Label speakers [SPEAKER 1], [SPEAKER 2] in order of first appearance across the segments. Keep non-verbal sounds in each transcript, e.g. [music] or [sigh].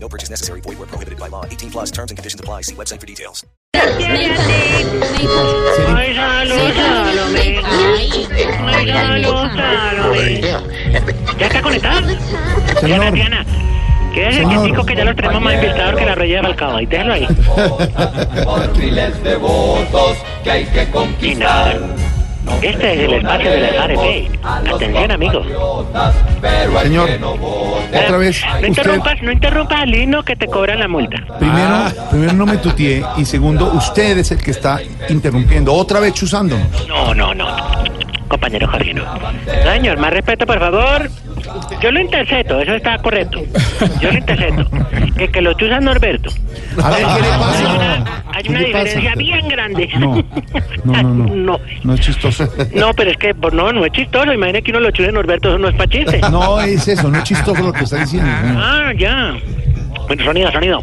[SPEAKER 1] No purchase necessary. Void where prohibited by law. 18 plus terms and conditions apply. See website for details.
[SPEAKER 2] ¿Ya está conectada? Diana, Diana. Quédese que dijo que ya lo tenemos más invitado que la rey de Balcao. Y déjalo ahí.
[SPEAKER 3] Por miles de votos que hay que conquistar.
[SPEAKER 2] Este es el espacio de la RP. Atención, amigos.
[SPEAKER 3] Pero el
[SPEAKER 4] Señor,
[SPEAKER 3] que no vote,
[SPEAKER 4] otra vez,
[SPEAKER 2] No
[SPEAKER 4] usted,
[SPEAKER 2] interrumpas, no interrumpas al himno que te cobran la multa.
[SPEAKER 4] primero, primero no me tutee y segundo, usted es el que está interrumpiendo, otra vez chuzándonos.
[SPEAKER 2] No, no, no. Compañero Javier, no. Señor, más respeto, por favor. Yo lo intercepto, eso está correcto. Yo lo intercepto. El que lo chusa es Norberto.
[SPEAKER 4] A ver, ¿qué le
[SPEAKER 2] Hay
[SPEAKER 4] pasa?
[SPEAKER 2] una, hay
[SPEAKER 4] ¿Qué
[SPEAKER 2] una
[SPEAKER 4] le pasa?
[SPEAKER 2] diferencia bien grande.
[SPEAKER 4] No, no, no, no,
[SPEAKER 2] [laughs] No.
[SPEAKER 4] no es chistoso.
[SPEAKER 2] No, pero es que pues, no, no es chistoso. Imagina que uno lo chuse Norberto, eso no es pa' chiste.
[SPEAKER 4] [laughs] No es eso, no es chistoso lo que está diciendo. señor.
[SPEAKER 2] Ah, ya. Bueno, sonido, sonido.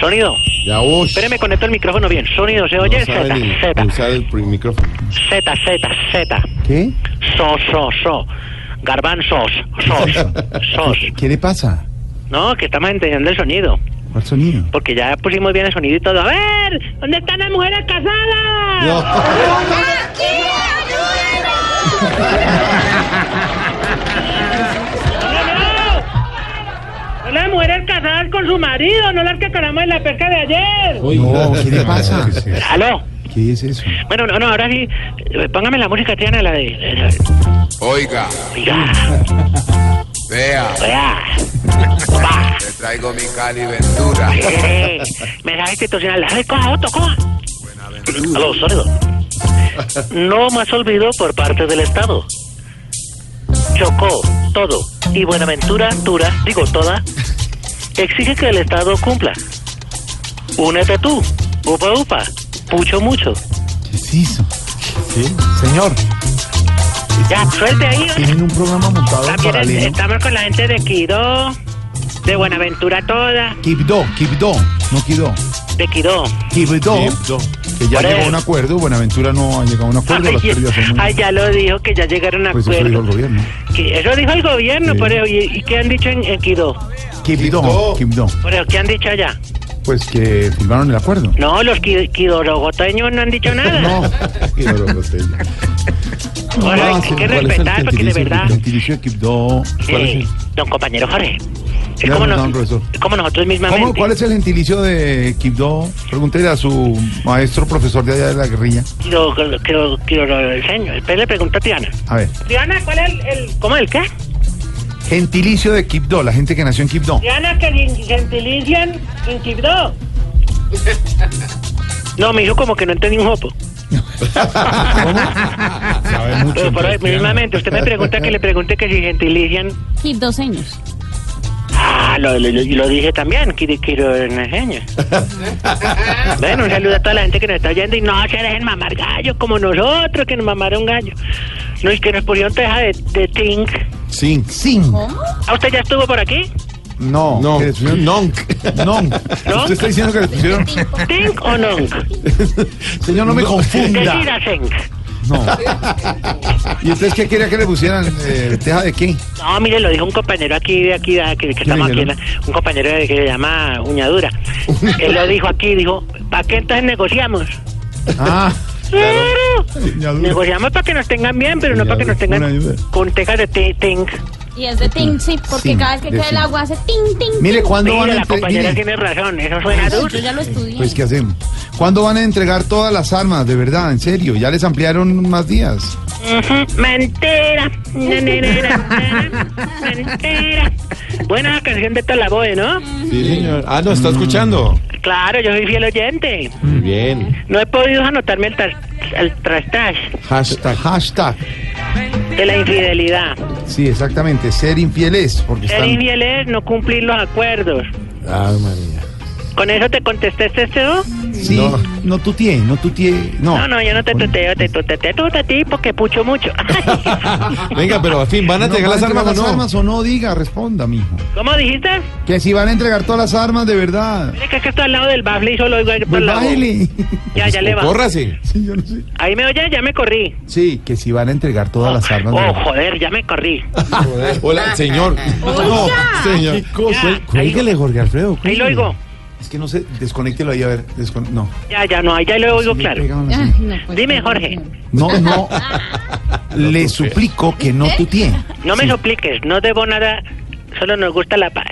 [SPEAKER 2] Sonido.
[SPEAKER 5] Ya vos.
[SPEAKER 2] Espéreme, conecto el micrófono bien. Sonido, ¿se oye?
[SPEAKER 5] no sabe
[SPEAKER 2] Z,
[SPEAKER 5] ni
[SPEAKER 2] Z,
[SPEAKER 5] Usar el pri- micrófono.
[SPEAKER 2] Z, Z, Z.
[SPEAKER 4] ¿Qué?
[SPEAKER 2] So, so, so. Garbanzos, sos,
[SPEAKER 4] [laughs]
[SPEAKER 2] sos.
[SPEAKER 4] ¿Qué le pasa?
[SPEAKER 2] No, que estamos entendiendo el sonido.
[SPEAKER 4] ¿Cuál sonido?
[SPEAKER 2] Porque ya pusimos bien el sonido y todo. A ver, ¿dónde están las mujeres casadas? No las mujeres casadas con su marido, no las que caramos en la pesca de ayer.
[SPEAKER 4] No, ¿qué le pasa?
[SPEAKER 2] ¿Aló?
[SPEAKER 4] ¿Qué es eso?
[SPEAKER 2] Bueno, no, no, ahora sí. eh, Póngame la música, Tiana, la de. eh,
[SPEAKER 6] Oiga,
[SPEAKER 2] Oiga,
[SPEAKER 6] vea,
[SPEAKER 2] oiga.
[SPEAKER 6] [laughs]
[SPEAKER 2] Opa,
[SPEAKER 6] le traigo mi Cali
[SPEAKER 2] [laughs]
[SPEAKER 6] Ventura.
[SPEAKER 2] eh, Mensaje institucional. A ver, coja otro, coja. Aló, sólido. No más olvido por parte del Estado. Chocó todo y Buenaventura, Tura, digo toda, exige que el Estado cumpla. Únete tú, upa upa, mucho mucho.
[SPEAKER 4] ¿Qué es eso? Señor,
[SPEAKER 2] Ya, suelte ahí. oiga.
[SPEAKER 4] tienen un programa montado en
[SPEAKER 2] También es-
[SPEAKER 4] paralelo.
[SPEAKER 2] estamos con la gente de Quidó, de Buenaventura toda,
[SPEAKER 4] Quibdó, Quibdó, no Quidó.
[SPEAKER 2] de Quidó.
[SPEAKER 4] Quibdó, que ya
[SPEAKER 2] Por
[SPEAKER 4] llegó a un
[SPEAKER 2] eso. Ah,
[SPEAKER 4] acuerdo, Buenaventura no ha llegado a un acuerdo, las pérdidas son
[SPEAKER 2] Ay,
[SPEAKER 4] muy...
[SPEAKER 2] Ah, ya lo dijo, que ya llegaron a
[SPEAKER 4] Pues eso dijo el
[SPEAKER 2] acuerdo.
[SPEAKER 4] gobierno.
[SPEAKER 2] Que eso dijo el gobierno,
[SPEAKER 4] Sí.
[SPEAKER 2] por eso, ¿y, y qué han dicho en, en Quidó?
[SPEAKER 4] Quibdó,
[SPEAKER 5] Quibdó.
[SPEAKER 4] Quibdó.
[SPEAKER 2] Por eso, ¿qué han dicho allá?
[SPEAKER 4] Pues que firmaron el acuerdo.
[SPEAKER 2] No, los qui- quidorogoteños no han dicho nada.
[SPEAKER 4] No.
[SPEAKER 5] Qué dolor, Rosella.
[SPEAKER 2] Ahora,
[SPEAKER 4] No,
[SPEAKER 2] hay que
[SPEAKER 4] ¿cuál es el
[SPEAKER 2] respetar, porque de
[SPEAKER 4] gentilicio?
[SPEAKER 2] verdad...
[SPEAKER 4] El gentilicio de Quibdó. ¿Cuál es
[SPEAKER 2] Eh,
[SPEAKER 4] el-
[SPEAKER 2] don compañero Jorge, es
[SPEAKER 4] Ya,
[SPEAKER 2] como,
[SPEAKER 4] perdón,
[SPEAKER 2] nos-
[SPEAKER 4] profesor.
[SPEAKER 2] es como nosotros mismamente.
[SPEAKER 4] ¿Cómo, ¿Cuál es el gentilicio de Quibdó? Pregúntele a su maestro profesor de allá de la guerrilla.
[SPEAKER 2] Quidó- quidó- quidorogoteño. Después le pregunto a Tiana.
[SPEAKER 4] A ver,
[SPEAKER 2] Diana, ¿cuál es el, el- ¿Cómo el qué?
[SPEAKER 4] gentilicio de Quibdó, la gente que nació en Quibdó.
[SPEAKER 2] Diana, que gentilician en Quibdó. No, me dijo como que no entendí un jopo.
[SPEAKER 4] [laughs]
[SPEAKER 5] Sabe mucho.
[SPEAKER 2] Pero por ahí,
[SPEAKER 5] entonces,
[SPEAKER 2] mismamente, usted me pregunta que le pregunte que si gentilician.
[SPEAKER 7] Keep dos años.
[SPEAKER 2] Ah, lo, lo, lo- lo dije también, que quiero enseño. Bueno, un saludo a toda la gente que nos está oyendo y no se dejen mamar gallo como nosotros que nos mamaron gallo. No, y que nos pusieron teja de, de tink.
[SPEAKER 5] Zinc.
[SPEAKER 4] Sin.
[SPEAKER 2] ¿Ah, usted ya estuvo por aquí?
[SPEAKER 4] No.
[SPEAKER 5] No.
[SPEAKER 4] que le pusieron-
[SPEAKER 5] Nonk.
[SPEAKER 4] No.
[SPEAKER 2] ¿No?
[SPEAKER 4] Usted está diciendo que le pusieron...
[SPEAKER 2] Este ¿Tink o nonk?
[SPEAKER 4] Señor, no me confunda.
[SPEAKER 2] Decida, Zenk.
[SPEAKER 4] No. ¿Y entonces qué quería que le pusieran? Eh, ¿Teja de qué?
[SPEAKER 2] No, mire, lo dijo un compañero aquí, de aquí, de- que, que estamos aquí,
[SPEAKER 4] dijeron?
[SPEAKER 2] en la- un compañero que se llama Uñadura. Él lo dijo aquí, dijo, ¿para qué entonces negociamos?
[SPEAKER 4] Ah,
[SPEAKER 2] Claro.
[SPEAKER 4] Uñadura.
[SPEAKER 2] Negociamos para que nos tengan bien, pero no para que nos
[SPEAKER 4] Uñadura,
[SPEAKER 2] tengan
[SPEAKER 4] Uñadura.
[SPEAKER 2] con tejas de ti- ting.
[SPEAKER 8] Y es de ting, sí, porque
[SPEAKER 4] Sí,
[SPEAKER 8] cada vez que
[SPEAKER 4] de
[SPEAKER 8] cae el
[SPEAKER 4] sí.
[SPEAKER 8] agua hace ting, ting.
[SPEAKER 4] mire, ¿cuándo van
[SPEAKER 2] Mire,
[SPEAKER 4] a
[SPEAKER 2] la
[SPEAKER 4] entre-
[SPEAKER 2] compañera
[SPEAKER 4] mire,
[SPEAKER 2] tiene razón, eso suena
[SPEAKER 8] ting.
[SPEAKER 2] duro.
[SPEAKER 8] Yo ya lo estudié.
[SPEAKER 4] Pues, ¿qué hacemos? ¿Cuándo van a entregar todas las armas? De verdad, en serio. Ya les ampliaron más días.
[SPEAKER 2] Ujú, Mentira. Na, na, na, na, na. Mentira. Buena canción de Talaboe, ¿no?
[SPEAKER 5] Sí, señor. Ah, no, está
[SPEAKER 4] Mm.
[SPEAKER 5] escuchando.
[SPEAKER 2] Claro, yo soy fiel oyente.
[SPEAKER 5] Muy bien.
[SPEAKER 2] No he podido anotarme el, tras- el trastash
[SPEAKER 5] Hashtag.
[SPEAKER 4] Hashtag.
[SPEAKER 2] de la infidelidad.
[SPEAKER 4] Sí, exactamente. Ser infieles. Porque
[SPEAKER 2] Ser
[SPEAKER 4] están...
[SPEAKER 2] infiel es no cumplir los acuerdos.
[SPEAKER 5] Ah, María.
[SPEAKER 2] ¿Con eso te contestaste tú?
[SPEAKER 4] Sí, no, no tuteé, no tuteé, no.
[SPEAKER 2] No, no, yo no te tuteo, te tuteo, tú a ti porque pucho
[SPEAKER 4] [laughs]
[SPEAKER 2] mucho.
[SPEAKER 5] Venga, pero al fin, ¿van
[SPEAKER 4] ¿No
[SPEAKER 5] a entregar
[SPEAKER 4] van
[SPEAKER 5] las armas o
[SPEAKER 4] las
[SPEAKER 5] no?
[SPEAKER 4] armas o no? Diga, responda, mijo.
[SPEAKER 2] ¿Cómo dijiste?
[SPEAKER 4] Que si van a entregar todas las armas, de verdad.
[SPEAKER 2] Mire que es que estoy al lado del bafle y solo oigo ahí por
[SPEAKER 4] Pues
[SPEAKER 2] la voz.
[SPEAKER 4] bájele.
[SPEAKER 2] Ya, ya le va.
[SPEAKER 5] Córrase.
[SPEAKER 4] [laughs] Sí, yo no sé.
[SPEAKER 2] Ahí me oye, ya me corrí.
[SPEAKER 4] Sí, que si van a entregar todas las armas. de
[SPEAKER 2] Oh,
[SPEAKER 4] verdad.
[SPEAKER 2] joder, ya me corrí.
[SPEAKER 5] Hola, señor. No, señor.
[SPEAKER 2] Ya,
[SPEAKER 4] Oh, Cuélguele, Jorge Alfredo.
[SPEAKER 2] Ahí lo
[SPEAKER 4] cuélguele.
[SPEAKER 2] oigo.
[SPEAKER 4] Es que no sé, desconéctelo ahí, a ver. descon- No.
[SPEAKER 2] Ya, ya, no, ahí ya lo oigo claro.
[SPEAKER 4] Pégalo así.
[SPEAKER 8] Ay, no, pues,
[SPEAKER 2] Dime,
[SPEAKER 8] no,
[SPEAKER 2] Jorge.
[SPEAKER 8] no.
[SPEAKER 4] No, no. Le suplico que no tutee.
[SPEAKER 2] No me supliques, no debo nada, solo nos gusta la paz.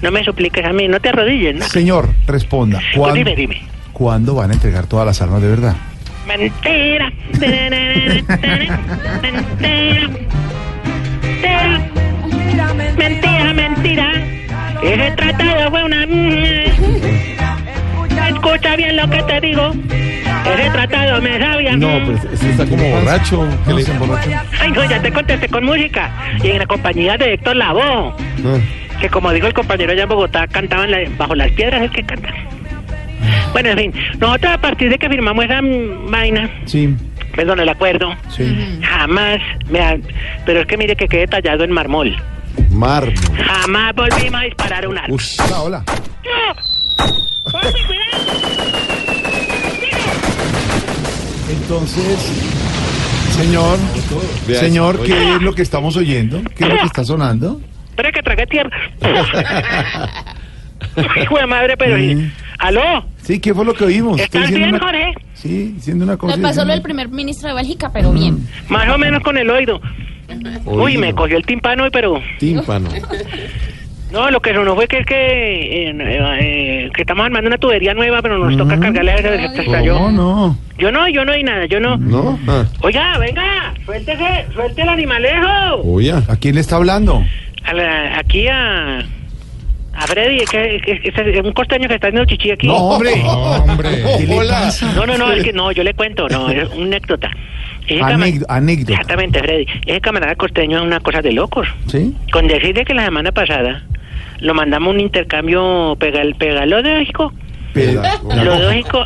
[SPEAKER 2] No me supliques a mí, no te arrodilles, ¿no?
[SPEAKER 4] Señor, responda. ¿cuán-
[SPEAKER 2] dime, dime.
[SPEAKER 4] ¿Cuándo van a entregar todas las armas de verdad?
[SPEAKER 2] Mentira. Mentira. Mentira, mentira. Ese tratado fue una... Escucha bien lo que te digo. Ese tratado me sabía.
[SPEAKER 5] No, pues este está como borracho. ¿Qué le dicen borracho?
[SPEAKER 2] Ay, no, ya te contesté con música. Y en la compañía de Héctor Lavoe. Que como dijo el compañero allá en Bogotá, cantaban la- bajo las piedras el que canta. Bueno, en fin, nosotros a partir de que firmamos esa mm, vaina,
[SPEAKER 4] Sí,
[SPEAKER 2] perdón, el acuerdo,
[SPEAKER 4] sí.
[SPEAKER 2] jamás, me ha- pero es que mire que quede tallado en mármol.
[SPEAKER 5] Mármol.
[SPEAKER 2] Jamás volvimos a disparar un arma.
[SPEAKER 5] Uy,
[SPEAKER 4] Hola, hola.
[SPEAKER 2] ¡No! ¡Papi, cuidado!
[SPEAKER 4] Entonces, señor,
[SPEAKER 5] Vea
[SPEAKER 4] señor,
[SPEAKER 5] eso,
[SPEAKER 4] ¿qué es lo que estamos oyendo? ¿Qué es lo que está sonando?
[SPEAKER 2] Espera que tragué tierra. Hijo de madre, pero...
[SPEAKER 4] Mm.
[SPEAKER 2] ¿Aló?
[SPEAKER 4] Sí, ¿qué fue lo que oímos? Estoy
[SPEAKER 2] ¿Estás
[SPEAKER 4] diciendo
[SPEAKER 2] bien,
[SPEAKER 4] una-
[SPEAKER 2] Jorge?
[SPEAKER 4] Sí, diciendo una cosa.
[SPEAKER 8] Nos
[SPEAKER 4] y
[SPEAKER 8] pasó lo del
[SPEAKER 4] diciendo-
[SPEAKER 8] primer ministro de Bélgica, pero
[SPEAKER 4] Mm.
[SPEAKER 8] bien.
[SPEAKER 2] Más o menos con el oído. Uy,
[SPEAKER 5] oído,
[SPEAKER 2] me cogió el timpano, pero...
[SPEAKER 5] Tímpano.
[SPEAKER 2] No, lo que sonó fue que es que, eh, eh, que estamos armando una tubería nueva, pero nos toca cargarle a ver que se estalló.
[SPEAKER 4] No, no.
[SPEAKER 2] Yo no, yo no hay nada, yo no.
[SPEAKER 5] ¿No? Ah,
[SPEAKER 2] Oiga, venga, suéltese, suelte el animalejo.
[SPEAKER 5] oye.
[SPEAKER 4] ¿A quién le está hablando?
[SPEAKER 2] A la- aquí a, a Freddy, es que, es que- es que es un costeño que está haciendo chichi aquí.
[SPEAKER 4] No, [laughs] hombre.
[SPEAKER 5] hombre.
[SPEAKER 4] ¿Qué le
[SPEAKER 5] Hola.
[SPEAKER 4] pasa?
[SPEAKER 2] no, no, no, es que no, yo le cuento, no, es una anécdota. Ese cama-
[SPEAKER 4] Anécdo- Anécdota.
[SPEAKER 2] Exactamente, Freddy. Ese camarada costeño es una cosa de locos.
[SPEAKER 4] ¿Sí?
[SPEAKER 2] Con decirle que la semana pasada lo mandamos a un intercambio pegal, pegalógico.
[SPEAKER 4] Pero,
[SPEAKER 2] Lo lógico,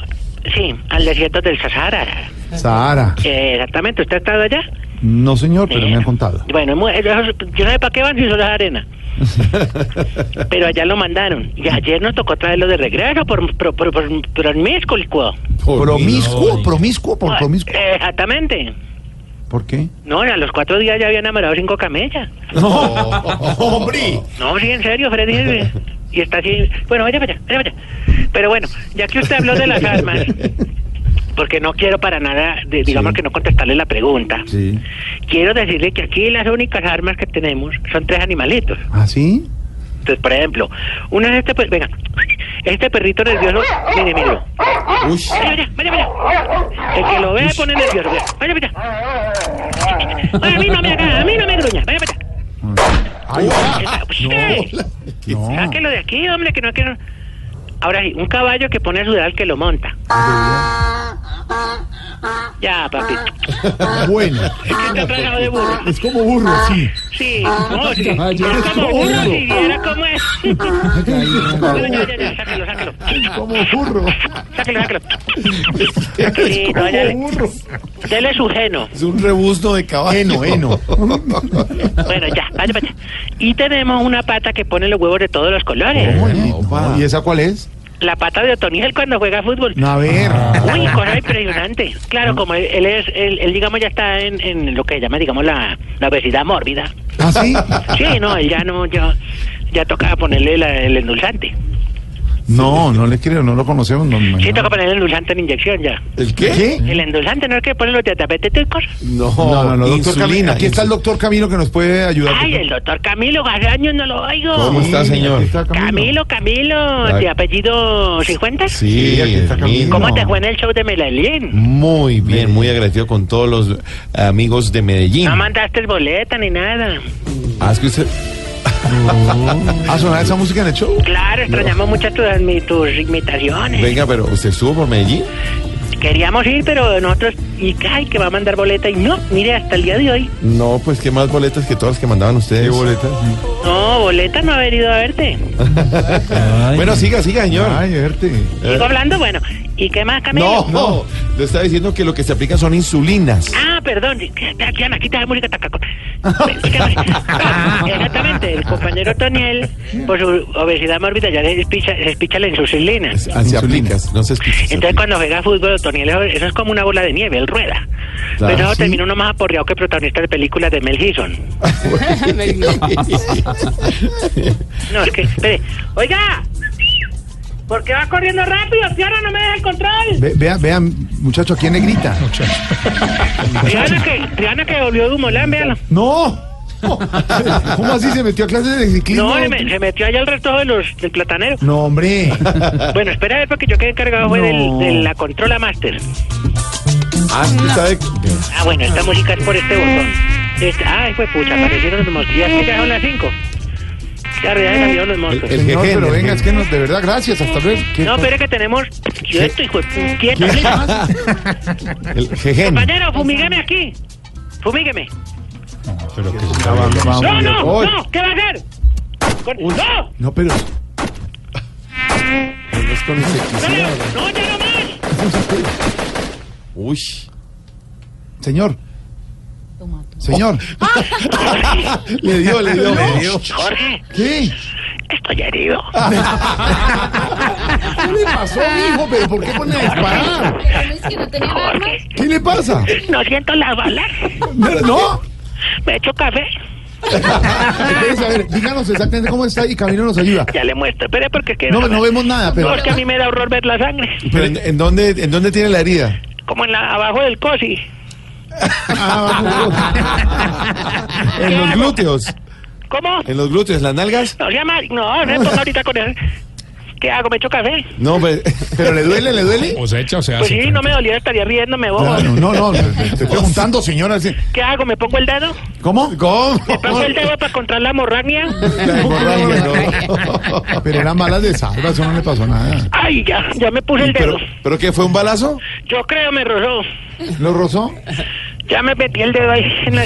[SPEAKER 2] sí, al desierto del Sahara.
[SPEAKER 4] Sahara.
[SPEAKER 2] Eh, exactamente, ¿usted ha estado allá?
[SPEAKER 4] No, señor, pero me han
[SPEAKER 2] Eh,
[SPEAKER 4] contado.
[SPEAKER 2] Bueno, mu- eh, esos- yo no sé para qué van si son las
[SPEAKER 4] [laughs]
[SPEAKER 2] arenas. Pero allá lo mandaron. Y ayer nos tocó traerlo de regreso por, por, por, por, promiscuo.
[SPEAKER 4] Promiscuo, promiscuo por promiscuo.
[SPEAKER 2] Eh, Exactamente.
[SPEAKER 4] ¿Por qué?
[SPEAKER 2] No, a los cuatro días ya habían amarrado cinco camellas.
[SPEAKER 4] No, [laughs] hombre.
[SPEAKER 2] No, sí, en serio, Freddy. eh, Y está así. Bueno, vaya para allá, vaya para allá. Pero bueno, ya que usted habló de las
[SPEAKER 4] [laughs]
[SPEAKER 2] armas, porque no quiero para nada, de- digamos que no contestarle la pregunta.
[SPEAKER 4] Sí.
[SPEAKER 2] Quiero decirle que aquí las únicas armas que tenemos son tres animalitos.
[SPEAKER 4] ¿Ah, sí?
[SPEAKER 2] Entonces, por ejemplo, uno es este, per- venga, este perrito nervioso, mire, mire.
[SPEAKER 5] Uy,
[SPEAKER 2] Vaya, vaya, vaya, vaya. El que lo vea pone nervioso. vea. Vaya, vaya. Ay, A mí no me haga, a mí no me gruña. Vaya, vaya. Esa- ¡Sí!
[SPEAKER 4] No.
[SPEAKER 2] Sáquelo de aquí, hombre, que no que no. Ahora sí, un caballo que pone a sudar al que lo monta. Ya, papi.
[SPEAKER 4] Ah, Bueno.
[SPEAKER 2] Es que está
[SPEAKER 4] pues,
[SPEAKER 2] tragado de Ah. burro.
[SPEAKER 4] Es como burro, sí.
[SPEAKER 2] Sí,
[SPEAKER 4] Ah,
[SPEAKER 2] no, sí. Es como burro si viera cómo es. Ya, ya, ya, sáquelo, sáquelo.
[SPEAKER 4] Como burro.
[SPEAKER 2] Sáquelo, sáquelo.
[SPEAKER 5] [laughs]
[SPEAKER 2] Sí, no, ya le- Dele su geno.
[SPEAKER 5] es un rebusto de caballo.
[SPEAKER 4] Eno, eno.
[SPEAKER 2] Bueno, ya, vaya, vaya. Y tenemos una pata que pone los huevos de todos los colores.
[SPEAKER 4] Opa. ¿Y esa cuál es?
[SPEAKER 2] La pata de Otoniel cuando juega fútbol.
[SPEAKER 4] A ver.
[SPEAKER 2] Uy, cosa impresionante. Claro, como él, él es, él, él, digamos, ya está en, en lo que llama, digamos, la, la obesidad mórbida.
[SPEAKER 4] ¿Ah, [laughs] sí?
[SPEAKER 2] Sí, no, él ya no, ya, ya tocaba ponerle la- el endulzante.
[SPEAKER 4] No, no le creo, no lo conocemos. No, no.
[SPEAKER 2] Sí, toca ponerle el endulzante en inyección ya.
[SPEAKER 5] ¿El qué?
[SPEAKER 4] ¿Qué?
[SPEAKER 2] El endulzante no es que ponen los diabéticos.
[SPEAKER 5] No,
[SPEAKER 4] No, no, no, doctor Camilo.
[SPEAKER 5] insulina.
[SPEAKER 4] Aquí está el doctor Camilo que nos puede ayudar.
[SPEAKER 2] Ay, el doctor Camilo, hace años no lo oigo.
[SPEAKER 5] ¿Cómo está,
[SPEAKER 4] Sí,
[SPEAKER 5] señor?
[SPEAKER 4] aquí está
[SPEAKER 2] Camilo, Camilo,
[SPEAKER 5] Ay.
[SPEAKER 2] de apellido 50.
[SPEAKER 5] Sí, Mm.
[SPEAKER 4] Sí, aquí está
[SPEAKER 5] el
[SPEAKER 4] Camilo.
[SPEAKER 5] mismo.
[SPEAKER 2] ¿Cómo te fue en el show de Medellín?
[SPEAKER 5] Muy bien, muy agradecido con todos los eh, amigos de Medellín.
[SPEAKER 2] No mandaste boleta ni nada.
[SPEAKER 5] Ah, es que usted-
[SPEAKER 4] ¿Ah, sonaba esa música en el show?
[SPEAKER 2] Claro, extrañamos mucho tus, mi- tus imitaciones.
[SPEAKER 5] Venga, pero ¿usted estuvo por Medellín?
[SPEAKER 2] Queríamos ir, pero nosotros, y ay, que va a mandar boleta, y no, mire, hasta el día de hoy.
[SPEAKER 5] No, pues qué más boletas que todas las que mandaban ustedes. ¿Qué boletas?
[SPEAKER 2] No, boleta no haber ido a verte.
[SPEAKER 5] Eh. Bueno, siga, siga, señor.
[SPEAKER 4] Ay, verte.
[SPEAKER 2] Sigo hablando, bueno. ¿Y qué más, Camilo?
[SPEAKER 5] no, no. Le estaba diciendo que lo que se aplica son insulinas.
[SPEAKER 2] Ah, perdón, espera, Diana, quita la música. taca, co-
[SPEAKER 5] [laughs]
[SPEAKER 2] Exactamente, el compañero Toniel, por su obesidad mórbida, ya le espicha- se espicha la insulina.
[SPEAKER 5] ah, Se aplicas, no se escucha. se
[SPEAKER 2] Entonces
[SPEAKER 5] aplica.
[SPEAKER 2] cuando juega fútbol, Toniel, eso- eso es como una bola de nieve, él rueda.
[SPEAKER 5] Claro,
[SPEAKER 2] Pero
[SPEAKER 5] sí.
[SPEAKER 2] termina uno más aporreado que el protagonista de películas de Mel Gibson. No, es que, espere, oiga, ¿por qué va corriendo rápido? Si ahora no me deja el control.
[SPEAKER 4] Ve- vean, vean, muchacho, ¿a quién le grita?
[SPEAKER 2] Triana que, Triana que volvió de Humolán, véalo.
[SPEAKER 4] ¡No! [laughs] ¿Cómo así se metió a clases de ciclismo?
[SPEAKER 2] No, se me- se metió allá el resto de los, del platanero.
[SPEAKER 4] No, hombre.
[SPEAKER 2] Bueno, espera a ver, porque yo quedé encargado fue del-
[SPEAKER 4] No.
[SPEAKER 2] de la controla master.
[SPEAKER 5] [laughs] Ah, usted sabe.
[SPEAKER 2] Ah, bueno, esta música es por este botón. Este- ay, pues pucha, aparecieron los monstruos. Ya es que ya son las 5. Claro, ya salieron los monstruos.
[SPEAKER 5] El
[SPEAKER 4] Señor,
[SPEAKER 5] jejen,
[SPEAKER 4] pero
[SPEAKER 5] el
[SPEAKER 4] venga,
[SPEAKER 5] jejen.
[SPEAKER 4] es que nos, de verdad, gracias. Hasta luego. ¿Qué
[SPEAKER 2] No,
[SPEAKER 4] pa-
[SPEAKER 2] pero es que tenemos... Quieto, hijo de... Quieto, please.
[SPEAKER 5] El jejen.
[SPEAKER 2] Compañero, fumígueme aquí. Fumígueme.
[SPEAKER 4] Vamos, vamos.
[SPEAKER 2] No, no,
[SPEAKER 4] Oy.
[SPEAKER 2] no, ¿qué va a hacer? Con- ¡No!
[SPEAKER 4] No, pero.
[SPEAKER 5] este-
[SPEAKER 2] ¡No, no, no, ya no más!
[SPEAKER 5] Uy.
[SPEAKER 4] Señor. Señor. [laughs]
[SPEAKER 5] Le dio, le dio, le dio.
[SPEAKER 2] Jorge,
[SPEAKER 4] ¿Qué?
[SPEAKER 2] estoy herido.
[SPEAKER 4] ¿Qué le pasó, hijo? ¿Pero por qué pone a disparar?
[SPEAKER 8] Pero es que no tenía armas.
[SPEAKER 2] Jorge,
[SPEAKER 4] ¿Qué le pasa?
[SPEAKER 2] no siento las balas.
[SPEAKER 4] No, ¿No?
[SPEAKER 2] Me echo café.
[SPEAKER 4] Entonces, a ver, díganos exactamente cómo está y Camilo nos ayuda.
[SPEAKER 2] Ya le muestro. Espere, porque es que...
[SPEAKER 4] No, no vemos nada, pero.
[SPEAKER 2] No, es que a mí me da horror ver la sangre.
[SPEAKER 5] Pero ¿en, en dónde, ¿en dónde tiene la herida?
[SPEAKER 2] Como en la, abajo del cosi. Ah,
[SPEAKER 5] En los glúteos. Eh.
[SPEAKER 2] ¿Cómo?
[SPEAKER 5] En los glúteos, las nalgas.
[SPEAKER 2] No, llama. No, no me ponga ahorita con eso. ¿Qué hago? ¿Me echo café?
[SPEAKER 5] No, pero, pero le duele, le duele.
[SPEAKER 9] O se echa o se
[SPEAKER 2] Pues
[SPEAKER 9] hace.
[SPEAKER 2] sí, no me dolía, estaría riéndome, bobo.
[SPEAKER 4] Claro, no, no, te estoy preguntando, señora. así-
[SPEAKER 2] ¿Qué hago? ¿Me pongo el dedo?
[SPEAKER 4] ¿Cómo? ¿Cómo?
[SPEAKER 2] ¿Me pongo el dedo para controlar la morragnia?
[SPEAKER 4] La hemorragia,
[SPEAKER 2] [laughs]
[SPEAKER 4] no. Pero eran balas de salva, eso no le pasó nada.
[SPEAKER 2] Ay, ya, ya me puse el
[SPEAKER 5] Pero,
[SPEAKER 2] dedo.
[SPEAKER 5] ¿Pero qué fue un balazo?
[SPEAKER 2] Yo creo me rozó.
[SPEAKER 4] ¿Lo rozó?
[SPEAKER 2] Ya me metí el dedo ahí en la...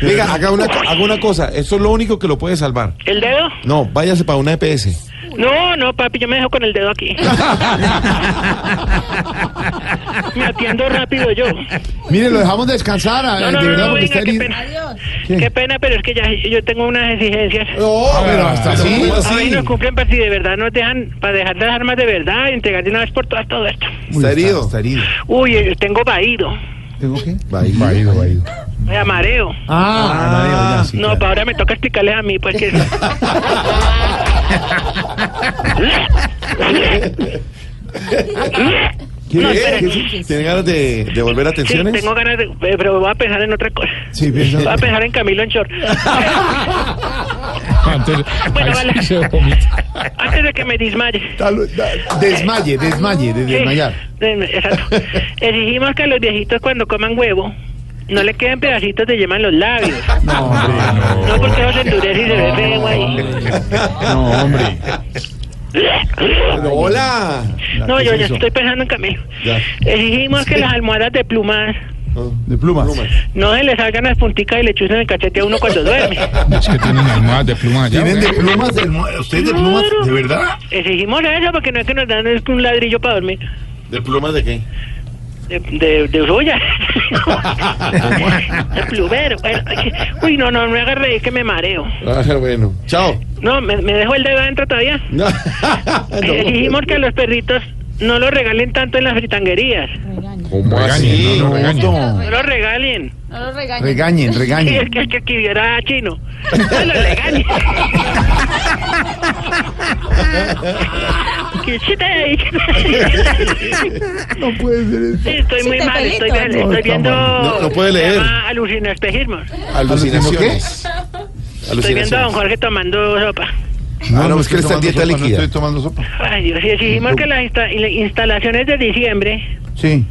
[SPEAKER 5] Venga, haga una, haga una cosa. Esto es lo único que lo puede salvar.
[SPEAKER 2] ¿El dedo?
[SPEAKER 5] No, váyase para una E EPS.
[SPEAKER 2] No, no, papi, yo me dejo con el dedo
[SPEAKER 4] [laughs]
[SPEAKER 2] aquí. Me atiendo rápido yo.
[SPEAKER 4] Mire, lo dejamos descansar,
[SPEAKER 2] No,
[SPEAKER 4] a-
[SPEAKER 2] no,
[SPEAKER 4] de
[SPEAKER 2] no,
[SPEAKER 4] verdad,
[SPEAKER 2] no,
[SPEAKER 4] porque
[SPEAKER 2] venga,
[SPEAKER 4] está
[SPEAKER 2] qué
[SPEAKER 4] herido.
[SPEAKER 2] pena.
[SPEAKER 4] ¿Qué? Oh,
[SPEAKER 2] Qué pena, pero es que ya yo tengo unas exigencias.
[SPEAKER 5] No,
[SPEAKER 4] pero
[SPEAKER 5] Ah,
[SPEAKER 4] hasta así.
[SPEAKER 5] ¿cómo
[SPEAKER 2] A ver, nos cumplen para si de verdad nos dejan, para dejar las armas de verdad y entregar de una vez por todas todo esto.
[SPEAKER 5] Está herido. Está herido.
[SPEAKER 2] Uy, eh, tengo vaído,
[SPEAKER 4] ¿Tengo qué?
[SPEAKER 5] Vaído, vaído.
[SPEAKER 2] me amareo.
[SPEAKER 4] Ah,
[SPEAKER 2] no, para ahora me toca explicarles a mí, pues que... No, espere.
[SPEAKER 5] ¿Tiene ganas de, de volver a
[SPEAKER 2] Sí,
[SPEAKER 5] tensiones?
[SPEAKER 2] tengo ganas de... eh, Pero voy a pensar en otra cosa.
[SPEAKER 4] Sí, piensa-
[SPEAKER 2] Voy a pensar en Camilo en
[SPEAKER 4] [laughs]
[SPEAKER 2] short.
[SPEAKER 9] Antes,
[SPEAKER 2] Bueno,
[SPEAKER 9] ahí sí
[SPEAKER 2] vale.
[SPEAKER 9] se vomita.
[SPEAKER 2] Antes de que me desmaye.
[SPEAKER 4] Tal- da- Desmaye, desmaye, de
[SPEAKER 2] Sí,
[SPEAKER 4] desmayar.
[SPEAKER 2] eh, Exacto. Exigimos que a los viejitos cuando coman huevo no le queden pedacitos de yema en los labios.
[SPEAKER 4] No, hombre.
[SPEAKER 2] No, porque eso se endurece y se ve feo ahí.
[SPEAKER 4] No, hombre.
[SPEAKER 5] Pero, hola.
[SPEAKER 2] No,
[SPEAKER 4] ¿qué
[SPEAKER 2] yo
[SPEAKER 4] es
[SPEAKER 2] ya
[SPEAKER 4] eso?
[SPEAKER 2] estoy pensando en Camilo.
[SPEAKER 5] Ya.
[SPEAKER 2] Exigimos que las almohadas de plumas
[SPEAKER 4] De plumas.
[SPEAKER 2] no se le salgan las punticas y le chusen el cachete a uno cuando duerme.
[SPEAKER 9] Es que tienen almohadas de pluma allá.
[SPEAKER 4] ¿Tienen de
[SPEAKER 9] ¿verdad?
[SPEAKER 4] plumas? de- ¿Ustedes de plumas? ¿De verdad?
[SPEAKER 2] Exigimos eso porque no es que nos dan es un ladrillo para dormir.
[SPEAKER 5] ¿De plumas de qué?
[SPEAKER 2] De, de, de suya. De plumero. Bueno, Uy, no, no, no me agarre, es que me mareo.
[SPEAKER 5] Ah, bueno. Chao.
[SPEAKER 2] No, me, me dejo el dedo adentro todavía.
[SPEAKER 5] No.
[SPEAKER 2] Exigimos Eh, que a los perritos no los regalen tanto en las fritanguerías.
[SPEAKER 5] ¿Cómo
[SPEAKER 9] Regañen,
[SPEAKER 5] así?
[SPEAKER 9] no, no regañen.
[SPEAKER 4] No.
[SPEAKER 2] No los regalen.
[SPEAKER 8] No lo regañes.
[SPEAKER 4] Regañen,
[SPEAKER 2] Sí, es
[SPEAKER 4] regañen.
[SPEAKER 2] que, es que aquí viera a chino. No los [laughs] regalen. Qué chiste.
[SPEAKER 4] No puede ser eso.
[SPEAKER 2] Sí, estoy muy
[SPEAKER 8] Sí,
[SPEAKER 2] mal,
[SPEAKER 8] Pepelito.
[SPEAKER 2] estoy, bien-
[SPEAKER 4] No,
[SPEAKER 2] estoy
[SPEAKER 4] está
[SPEAKER 2] viendo...
[SPEAKER 4] mal.
[SPEAKER 5] No- no puede leer.
[SPEAKER 2] se llama alucinoespejismos.
[SPEAKER 5] Alucinaciones.
[SPEAKER 2] Estoy viendo a
[SPEAKER 5] Alucinaciones.
[SPEAKER 2] don Jorge tomando sopa.
[SPEAKER 5] Ah, no, es que él está
[SPEAKER 4] tomando
[SPEAKER 5] en dieta
[SPEAKER 4] sopa, no
[SPEAKER 5] líquida.
[SPEAKER 4] estoy tomando sopa.
[SPEAKER 2] Ay, Dios, y exigimos que las insta- y las instalaciones de diciembre
[SPEAKER 4] Sí.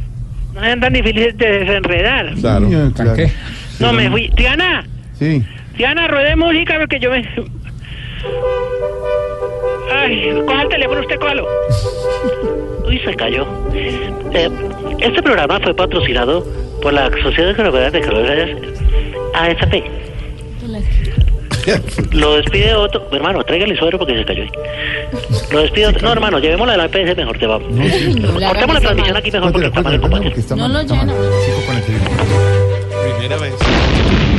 [SPEAKER 2] no sean tan difíciles de desenredar.
[SPEAKER 5] Claro.
[SPEAKER 4] Sí, claro.
[SPEAKER 9] ¿Qué?
[SPEAKER 2] No, me fui. Diana,
[SPEAKER 4] Sí.
[SPEAKER 2] Diana, ruede música porque yo me... Ay, coja el teléfono, usted cójalo. [laughs] Uy, se cayó. Eh, este programa fue patrocinado por la Sociedad Colombiana de Carreras AFP. Lo despide otro. Hermano, tráigale suero porque se cayó. ahí. Lo despide otro. No, hermano, llevémosla a la APS mejor, te vamos.
[SPEAKER 8] No, la
[SPEAKER 2] Cortemos la
[SPEAKER 8] hagas
[SPEAKER 2] transmisión
[SPEAKER 8] mal.
[SPEAKER 2] aquí mejor porque está mal el
[SPEAKER 4] Cuéntela, cuéntela,
[SPEAKER 2] combate.
[SPEAKER 4] porque está
[SPEAKER 8] No
[SPEAKER 4] mal,
[SPEAKER 8] lo
[SPEAKER 4] está mal.
[SPEAKER 8] llena.
[SPEAKER 4] Sigo con el teléfono.
[SPEAKER 5] Primera vez.